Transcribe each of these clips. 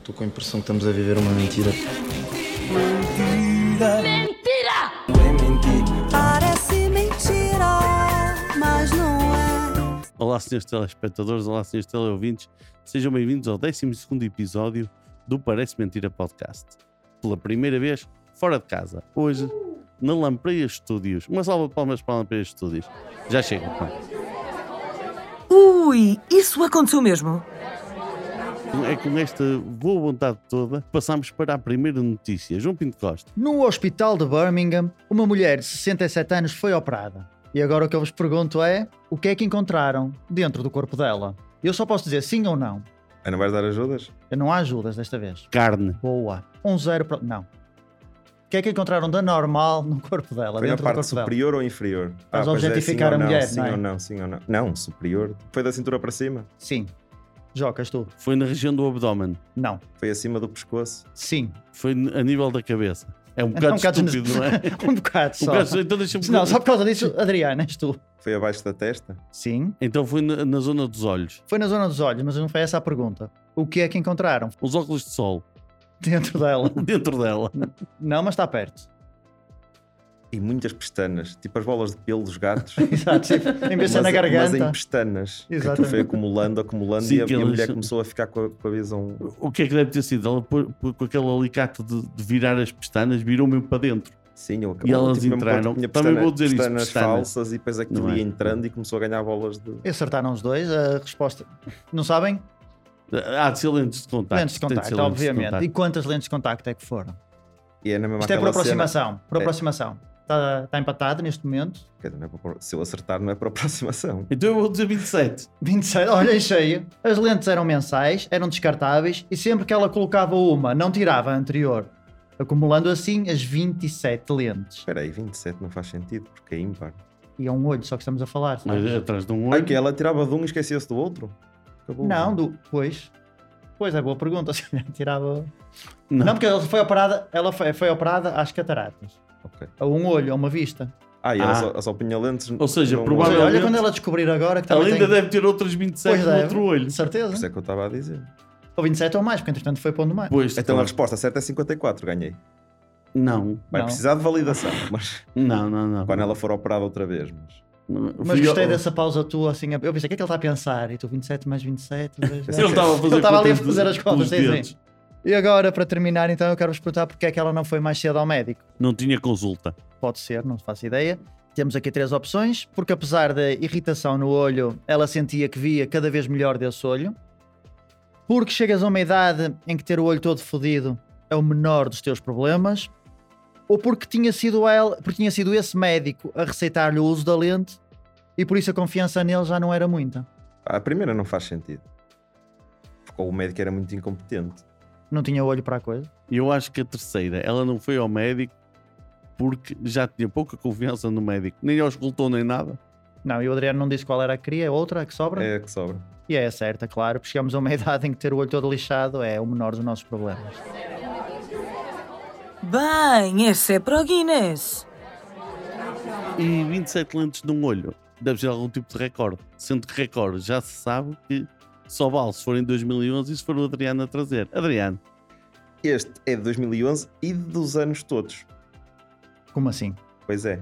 Estou com a impressão que estamos a viver uma mentira. Mentira! Parece mentira, mas não é. Olá, senhores telespectadores, olá, senhores teleouvintes. Sejam bem-vindos ao 12 episódio do Parece Mentira Podcast. Pela primeira vez, fora de casa. Hoje, na Lampreia Studios. Uma salva de palmas para a Lampreia Studios. Já chega, pá. Ui, isso aconteceu mesmo? É com esta boa vontade toda que passamos para a primeira notícia. João Pinto Costa. No hospital de Birmingham, uma mulher de 67 anos foi operada. E agora o que eu vos pergunto é: o que é que encontraram dentro do corpo dela? Eu só posso dizer sim ou não. Ah, não vais dar ajudas? Eu Não há ajudas desta vez. Carne. Boa. Um zero para. Não. O que é que encontraram da normal no corpo dela? Foi na dentro do parte corpo dela? superior ou inferior? Ah, Mas pois é, objetificar sim a ou não, mulher, sim não é? ou não, sim ou não. Não, superior. Foi da cintura para cima? Sim. Jocas, tu? Foi na região do abdômen. Não. Foi acima do pescoço? Sim. Então, Foi n- a nível da cabeça. É um bocado Um estúpido, não é? um bocado Um só. bocado- então deixa-me- Não, só por causa disso, Adriana, és tu. Foi abaixo da testa? Sim. Então foi na, na zona dos olhos. Foi na zona dos olhos, mas não foi essa a pergunta. O que é que encontraram Os óculos de sol. dentro dela? Dentro dela. Não, mas está perto. E muitas pestanas, tipo as bolas de pelo dos gatos. Exato, sim. Em vez de ser mas, na mas garganta. em pestanas. Que aquilo Exatamente. Foi acumulando, acumulando Sim, e a, que e a eles- mulher começou a ficar com a, com a visão. O que é que deve ter sido? Ela pô- pô- com aquele alicate de, de virar as pestanas, virou mesmo para dentro. Sim, eu tipo E elas mesmo entraram. quando tinha Também vou dizer isso, pestanas pestanas. falsas e depois aquilo Não é? ia entrando e começou a ganhar bolas de. Acertaram os dois, a resposta. Não sabem? Há de ser lentes de contacto. lentes de Tem contacto, ser lentes de obviamente. contacto. E quantas lentes de contacto é que foram? E é na mesma Isto é por aquela cena- aproximação. Por É. aproximação. Está, está empatado neste momento. Quer dizer, não é para- Se eu acertar, não é para aproximação. Então eu vou dizer 27. 26, olha em cheio. As lentes eram mensais, eram descartáveis e sempre que ela colocava uma, não tirava a anterior. Acumulando assim as 27 lentes. Espera aí, 27 não faz sentido, porque é ímpar. E é um olho só que estamos a falar. sabe? Mas atrás de um Ai, olho. que ela tirava de um e esquecia-se do outro? Acabou. Hum. Não, do, pois. Pois é, boa pergunta. Se calhar tirava. Não. Não, porque ela foi operada, ela foi, foi operada às cataratas. Ok. A um olho, a uma vista. Ah, e ela Ah. só, só punha lentes. Ou seja, num provavelmente- Olha, olho. olha quando ela descobrir agora que Ela também ainda tem... deve ter outras 27 Pois no deve, outro olho. De Por isso certeza. é que eu estava a dizer. Ou 27 ou mais, porque entretanto foi para onde mais. Pois, Então a claro. resposta certa é 54, ganhei. Não, Vai Não. precisar de validação, mas não, não. não. quando ela for operada outra vez. Mas... Mas gostei dessa pausa tua, assim. Eu pensei, o que é que ele está a pensar? E tu, 27 mais 27. dois, Ele tá- estava a fazer Ele estava ali a contas de- fazer as contas, pelos sim, sim. dedos. E agora, para terminar, então, eu quero-vos perguntar porque é que ela não foi mais cedo ao médico. Não tinha consulta. Pode ser, não faço ideia. Temos aqui três opções, porque apesar da irritação no olho, ela sentia que via cada vez melhor desse olho. Porque chegas a uma idade em que ter o olho todo fodido é o menor dos teus problemas. Ou porque tinha sido, ela, porque tinha sido esse médico a receitar-lhe o uso da lente e por isso a confiança nele já não era muita. A primeira não faz sentido. Porque o médico era muito incompetente. Não tinha olho para a coisa. E Eu acho que a terceira, ela não foi ao médico porque já tinha pouca confiança no médico. Nem auscultou nem nada. Não, e o Adriano não disse qual era a que queria, é outra a que sobra. É a que sobra. E é a certa, claro, porque chegamos a uma idade em que ter o olho todo lixado é o menor dos nossos problemas. Bem, esse é para o Guinness. um E 27 lentes num olho. Deve ser algum tipo de recorde. Sendo que recorde já se sabe que só vale se for em 2011 e se for o Adriano a trazer. Adriano, Este é de 2011 e dos anos todos. Como assim? Pois é.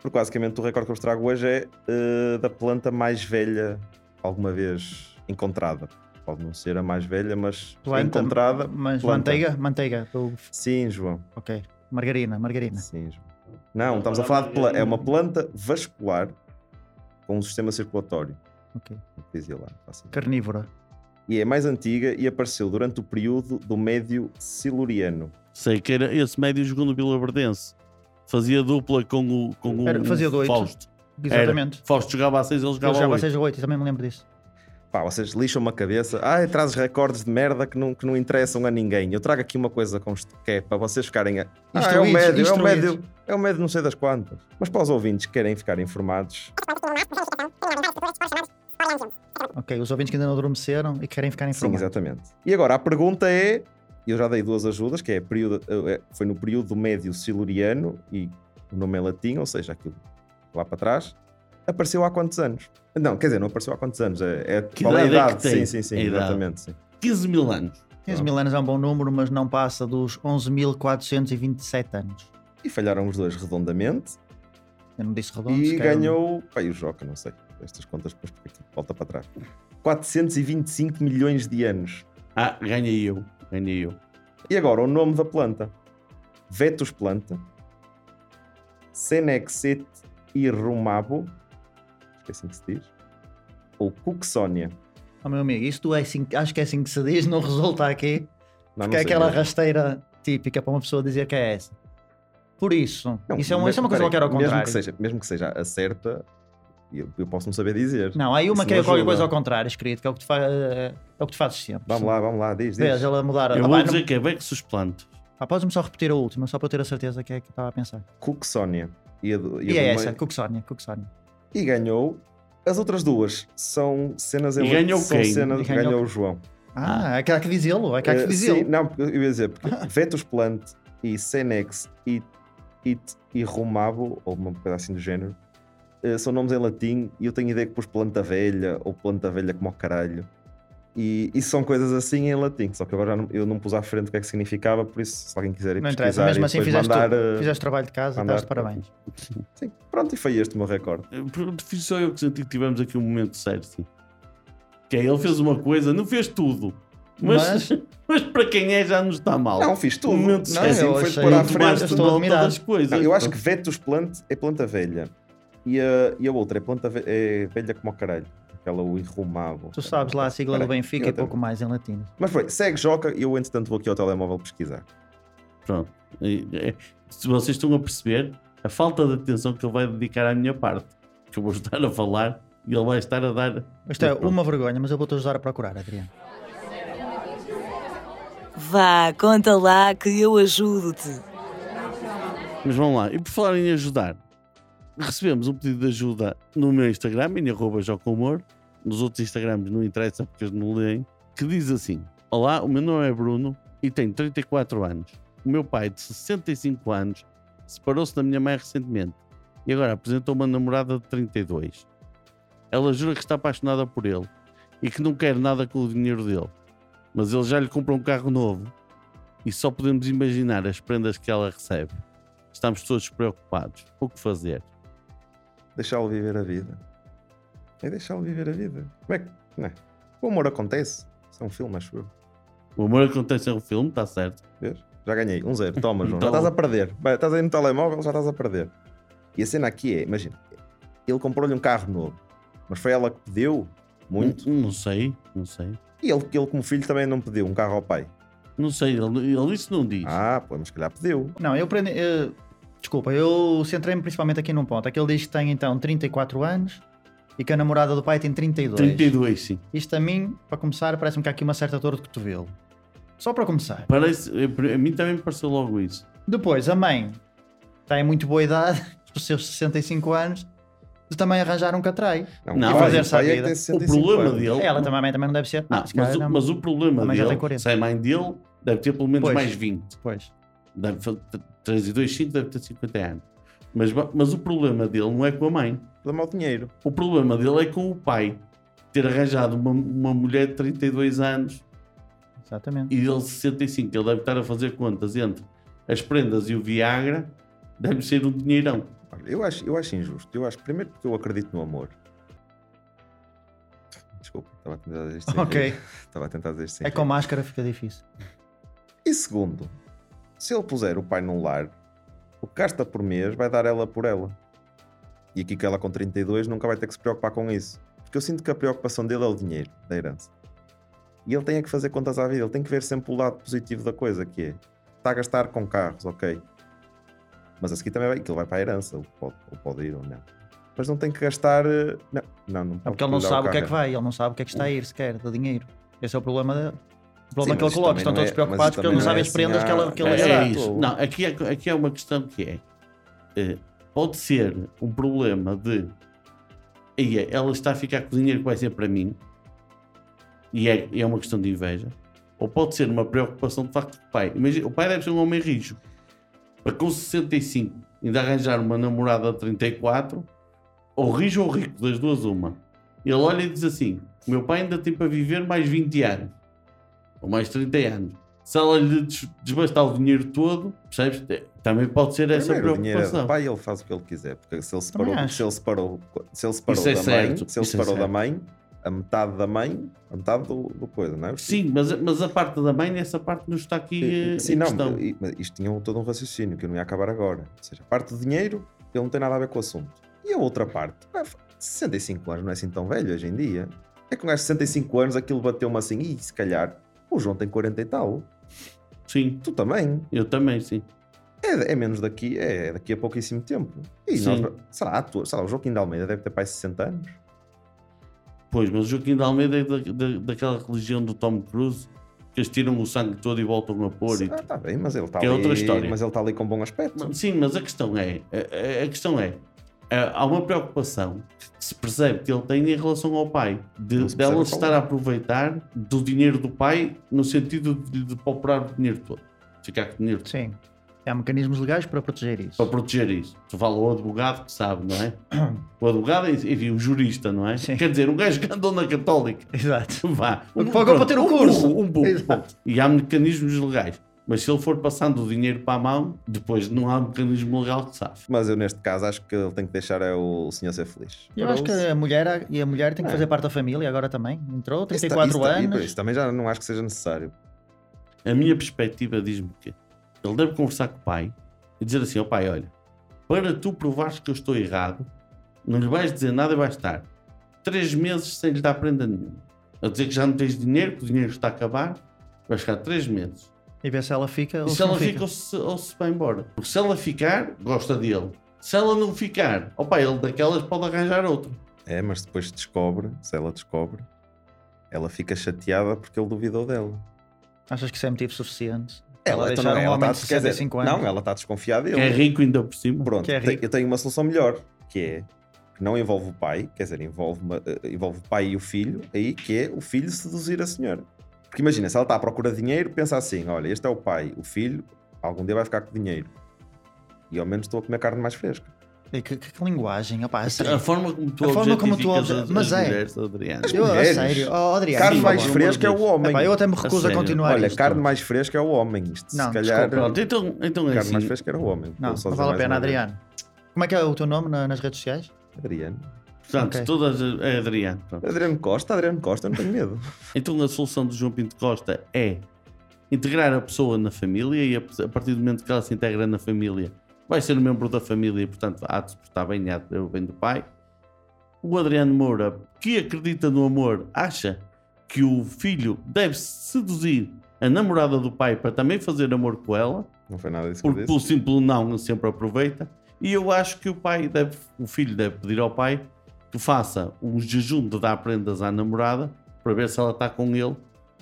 Porque basicamente o recorde que eu vos trago hoje é eh, da planta mais velha alguma vez encontrada. Pode não ser a mais velha, mas Planta, encontrada. Mas planta. manteiga? Manteiga. do- Sim, João. Ok. Margarina, margarina. Sim, João. Não, estamos a falar de pla- é uma planta vascular com um sistema circulatório. Ok. como Dizia lá. assim. Carnívora. E é mais antiga e apareceu durante o período do Médio Siluriano. sei que era esse médio jogou no Vila Verdense. Fazia dupla com o, com o Era- fazia de oito. Fausto. Era. Exatamente. Fausto jogava a 6, ele Eu jogava a jogava 8. 6 ou 8, também me lembro disso. Pá, vocês lixam uma cabeça. Ai, trazes recordes de merda que não, que não interessam a ninguém. Eu trago aqui uma coisa com isto, que é para vocês ficarem. A... Ah, é o Instruídos, médio, é o instruídos. médio, é o médio não sei das quantas. Mas para os ouvintes que querem ficar informados, Ok, os ouvintes que ainda não adormeceram e querem ficar sim, informados. exatamente. E agora, a pergunta é... Eu já dei duas ajudas, que é, período, é, foi no período do médio siluriano e o nome é latim, ou seja, aquilo lá para trás. Apareceu há quantos anos? Não, quer dizer, não apareceu há quantos anos. É, é Que qual é a idade é que idade? tem? sim, sim, sim, A idade. exatamente. Sim. 15 mil anos. 15 mil anos é um bom número, mas não passa dos 11.427 anos. E falharam os dois redondamente. Eu não disse redondo. E se calhar- ganhou. Pá, e o Joca, não sei. Estas contas depois porque aqui volta para trás. 425 milhões de anos. Ah, ganhei eu. Ganhei eu. E agora o nome da planta: Vetus planta, Senexit irrumabo, acho que é assim que se diz, ou Cuxonia. Oh, meu amigo, isto é assim, acho que é assim que se diz, não resulta aqui. Não, não Porque é sei aquela mesmo. rasteira típica para uma pessoa dizer que é essa. Por isso, Não, isso, é um, me- isso é uma coisa peraí, qualquer ao contrário. Mesmo que seja, mesmo que seja a certa, eu, eu posso não saber dizer. Não, há aí uma Isso que é não qualquer ajuda. coisa ao contrário, escrito, que é o que tu, fa... é o que tu fazes sempre. Vamos lá, vamos lá, diz, diz. Vês, ela mudar. Eu Ah, vou pá, dizer que é Vexus Planto. não... ah, Podes-me só repetir a última, só para eu ter a certeza que é que estava a pensar. Cuxonia. E, a do- e a E é do essa, meio- Cuxónia, Cuxónia. E ganhou. As outras duas são cenas E ele- ganhou são quem? cenas- E ganhou- ganhou o João. Ah, é que há que dizê-lo, é que há que Eh, dizê-lo. sim, não, porque eu ia dizer, porque Vetus Plant e Senex It, It e Rumabo, ou uma coisa assim do género, eh, são nomes em latim e eu tenho ideia que pus planta velha ou planta velha como o caralho. E, e são coisas assim em latim, só que agora não- eu não pus à frente o que é que significava, por isso se alguém quiser ir Não interessa, pesquisar mesmo e assim depois fizeste, mandar... tu- eh, fizeste trabalho de casa, mandar- estás de parabéns. Sim, pronto, e foi este o meu recorde. Pronto, Fiz só eu que senti que tivemos aqui um momento sério, sim. Que é, ele fez uma coisa, não fez tudo. Mas, mas... para quem é já nos está mal. Não, fiz tudo. Um momento não, sério. eu foi Oh, achei- pôr à Muito frente mais Tomaste estou nota admirado. das coisas. Não, eu acho que Vetus Plant é planta velha. E a, e a outra é planta ve- é velha como o caralho. Aquela o irrumável. Tu sabes lá a sigla do Peraí, Benfica eu e pouco também. mais em latino. Mas foi, segue Joca e eu entretanto vou aqui ao telemóvel pesquisar. Pronto. E, é, Se vocês estão a perceber a falta de atenção que ele vai dedicar à minha parte, que eu vou estar a falar e ele vai estar a dar. Isto é uma vergonha, mas eu vou-te ajudar a procurar, Adriano. Vá, conta lá que eu ajudo-te. Mas vamos lá. E por falar em ajudar, recebemos um pedido de ajuda no meu Instagram, em arroba Jocomor, nos outros Instagrams não interessa porque eles não leem, que diz assim: Olá, o meu nome é Bruno e tenho 34 anos. O meu pai, de 65 anos, separou-se da minha mãe recentemente e agora apresentou uma namorada de 32. Ela jura que está apaixonada por ele e que não quer nada com o dinheiro dele, mas ele já lhe comprou um carro novo e só podemos imaginar as prendas que ela recebe. Estamos todos preocupados. O que fazer? Deixá-lo viver a vida. É deixá-lo viver a vida. Como é que. Não é? O amor acontece. Isso é um filme, acho eu. O amor acontece no filme, está certo. Vês? Já ganhei. Um zero. Toma, João. Já Então- estás a perder. Vai, estás aí no telemóvel, já estás a perder. E a cena aqui é: imagina, ele comprou-lhe um carro novo, mas foi ela que pediu muito. Não, não sei, não sei. E ele, ele, como filho, também não pediu um carro ao pai. Não sei, ele, ele isso não diz. Ah, pô, mas se calhar pediu. Não, eu prende... eu- Desculpa, eu centrei-me principalmente aqui num ponto. Aquele diz que tem então 34 anos e que a namorada do pai tem 32. 32, sim. Isto a mim, para começar, parece-me que há aqui uma certa dor de cotovelo. Só para começar. Parece, é, a mim também me pareceu logo isso. Depois, a mãe tem muito boa idade, os seus 65 anos, de também arranjar um catrai. Não, o pai- fazer-se à o pai é que vida. tem O 65 o problema anos. dele. É, Ela também, a mãe também não deve ser. Ah, Ah, Não, se mas, calhar o, não. mas o problema Também já tem dele, 40. se é mãe dele, deve ter pelo menos Pois. mais 20. Pois. Deve, 32, 5, deve ter 50 anos. Mas, mas o problema dele não é com a mãe. O problema é o dinheiro. O problema dele é com o pai ter arranjado uma, uma mulher de 32 anos Exatamente. e ele 65, ele deve estar a fazer contas entre as prendas e o Viagra, deve ser um dinheirão. Olha, Eu acho, eu acho injusto. Eu acho, primeiro, porque eu acredito no amor. Desculpa, estava a tentar dizer isto. sem Ok. querer. Estava a tentar dizer isto. sem É com querer. máscara fica difícil. E segundo, se ele puser o pai num lar, o que gasta por mês vai dar ela por ela. E aqui que ela com 32 nunca vai ter que se preocupar com isso. Porque eu sinto que a preocupação dele é o dinheiro, da herança. E ele tem é que fazer contas à vida, ele tem que ver sempre o lado positivo da coisa, que é, está a gastar com carros, ok. Mas a seguir também vai, aquilo vai para a herança, ou pode, ou pode ir ou não. Mas não tem que gastar... eh, Não, não, não É pode porque ele não lhe dar sabe o que é que carro. vai, ele não sabe o que é que está a ir sequer, do dinheiro. Esse é o problema dele. O Sim, problema mas que ele isto coloca, também estão não é- todos mas preocupados isto porque ele não também sabe é as prendas assim, que ela, ah, que ela É, Exato. isso. Não, aqui é, aqui é uma questão que é. eh, pode ser um problema de "Ei, ela está a ficar com o dinheiro que vai ser para mim e é, é uma questão de inveja. Ou pode ser uma preocupação de facto do pai. Imagina, o pai deve ser um homem rijo. Para com 65 ainda arranjar uma namorada de 34, ou rijo ou rico, das duas uma. Ele olha e diz assim: "O meu pai ainda tem para viver mais 20 anos. ou mais 30 anos, se ela lhe des- desbastar o dinheiro todo, percebes? Te- Também pode ser essa Primeiro, o dinheiro é preocupação. do pai, ele faz o que ele quiser. Porque se ele Também separou, acho. se ele separou, se ele separou Isso é da mãe, certo, se ele isso é separou da certo. mãe, a metade da mãe, a metade do, do coisa, não é? Sim, mas, mas a parte da mãe, essa parte não está aqui eh, Sim, em não, questão. e- mas isto tinha um- todo um raciocínio que eu não ia acabar agora. Ou seja, a parte do dinheiro, ele não tem nada a ver com o assunto. E a outra parte, pá, 65 anos não é assim tão velho hoje em dia. É que com estes 65 anos aquilo bateu-me assim, e se calhar o João tem 40 e tal, Sim, tu também. eu também, sim. É, é menos daqui, é daqui a pouquíssimo tempo. E Sim. nós, sei lá, a tua- sei lá, o Joaquim de Almeida deve ter pai 60 anos. Pois, mas o Joaquim de Almeida é da, da- daquela religião do Tom Cruise que eles tiram o sangue todo e voltam a pôr. e Ah, tá bem, mas ele está Que é ali, outra história. mas ele está ali com bom aspecto. Mas- Sim, mas a questão é, a, a- a questão é, é, há uma preocupação que se percebe que ele tem em relação ao pai, de, Não se percebe dela qual se estar é. a aproveitar do dinheiro do pai no sentido de lhe depauperar o dinheiro todo, ficar com o dinheiro todo, Sim. Há mecanismos legais para proteger isso. para proteger isso. Tu fala o advogado que sabe, não é? O advogado, enfim, o jurista, não é? Sim. Quer dizer, um gajo que andou na católica. Exato. Vá. Pagou para ter o um curso. burro, um burro, Exato. ponto. E há mecanismos legais. Mas se ele for passando o dinheiro para a mão, depois não há mecanismo legal que sabe. Mas eu, neste caso, acho que ele tem que deixar é o senhor ser feliz. Eu acho que a mulher, e a mulher tem que É. fazer parte da família agora também. Entrou, Isso tá- 34 isso tá- anos. Isso também já não acho que seja necessário. A minha perspectiva diz-me que ele deve conversar com o pai e dizer assim: ó pai, olha, para tu provares que eu estou errado, não lhe vais dizer nada e vais estar três meses sem lhe dar prenda nenhuma. A dizer que já não tens dinheiro, que o dinheiro está a acabar, vais ficar três meses. E ver se ela fica ou E se, se não ela fica, ou, se, ou se vai embora. Porque se ela ficar, gosta dele. Se ela não ficar, opa, ele daquelas pode arranjar outro. É, mas depois descobre, se ela descobre, ela fica chateada porque ele duvidou dela. Achas que isso é motivo suficiente? então deixar não, um homem tá- de quer dizer, 65 anos. Não, ela está desconfiada Que é dele. rico ainda por cima. Pronto, que é te- rico. eu tenho uma solução melhor, que é que não envolve o pai, quer dizer, envolve, uma- eh, envolve o pai e o filho, aí que é o filho seduzir a senhora. Porque imagina, se ela está à procura de dinheiro, pensa assim: olha, este é o pai, o filho, algum dia vai ficar com dinheiro. E ao menos estou a comer carne mais fresca. E que, que- que linguagem, opá, a sério. A forma como tu A forma como tu objetificas obje- as, mas as é. mulheres, Adriano. Eu, a Ah, mulheres. sério, ó, Adriano, carne por mais favor. amor de fresca é o Deus. homem. Epá, eu até me A recuso a, sério. continuar Olha, isto. carne mais fresca é o homem. Isto, Não, se calhar. desculpa, Pronto, então, então carne é assim. mais fresca era o homem. Não, Vou só não dizer vale a mais Tá pena, uma vez. Adriano. Como é que é o teu nome na- nas redes sociais? Adriano. Portanto, Ok. todas as- é Adriano. pronto. Adriano Costa, Adriano Costa, eu não tenho medo. Então a solução do João Pinto Costa é integrar a pessoa na família e a, a partir do momento que ela se integra na família, vai ser um membro da família e, portanto, há de se portar bem, há de ter o bem do pai. O Adriano Moura, que acredita no amor, acha que o filho deve seduzir a namorada do pai para também fazer amor com ela, Não foi nada disso que eu porque disse. pelo simples não sempre aproveita. E eu acho que o pai deve, o filho deve pedir ao pai que faça um jejum de dar prendas à namorada para ver se ela está com ele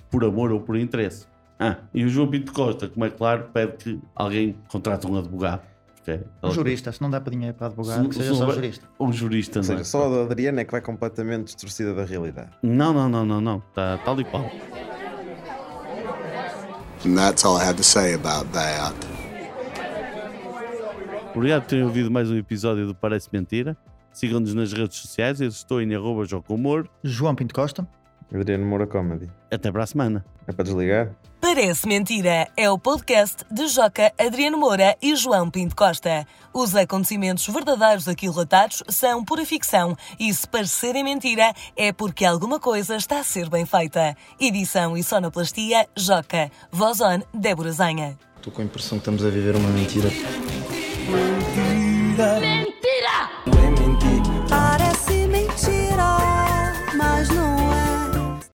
por amor ou por interesse. Ah, e o João Pinto Costa, como é claro, pede que alguém contrate um advogado. porque é- Um jurista, se não dá para dinheiro para advogado, Se- que se seja não só vai- jurista. Um jurista, Ou não é? seja, só a do Adriano é que vai completamente distorcida da realidade. Não, não, não, não, não. Está tal e qual. And that's all I have to say about that. Obrigado por terem ouvido mais um episódio do Parece Mentira. Sigam-nos nas redes sociais. Eu estou em arroba jocomor. João Pinto Costa. Adriano Moura Comedy. Até para a semana. É para desligar? Parece Mentira é o podcast de Joca, Adriano Moura e João Pinto Costa. Os acontecimentos verdadeiros aqui relatados são pura ficção e se parecerem mentira é porque alguma coisa está a ser bem feita. Edição e sonoplastia, Joca. Voz on, Débora Zanha. Estou com a impressão que estamos a viver uma mentira. Mentira. Mentira.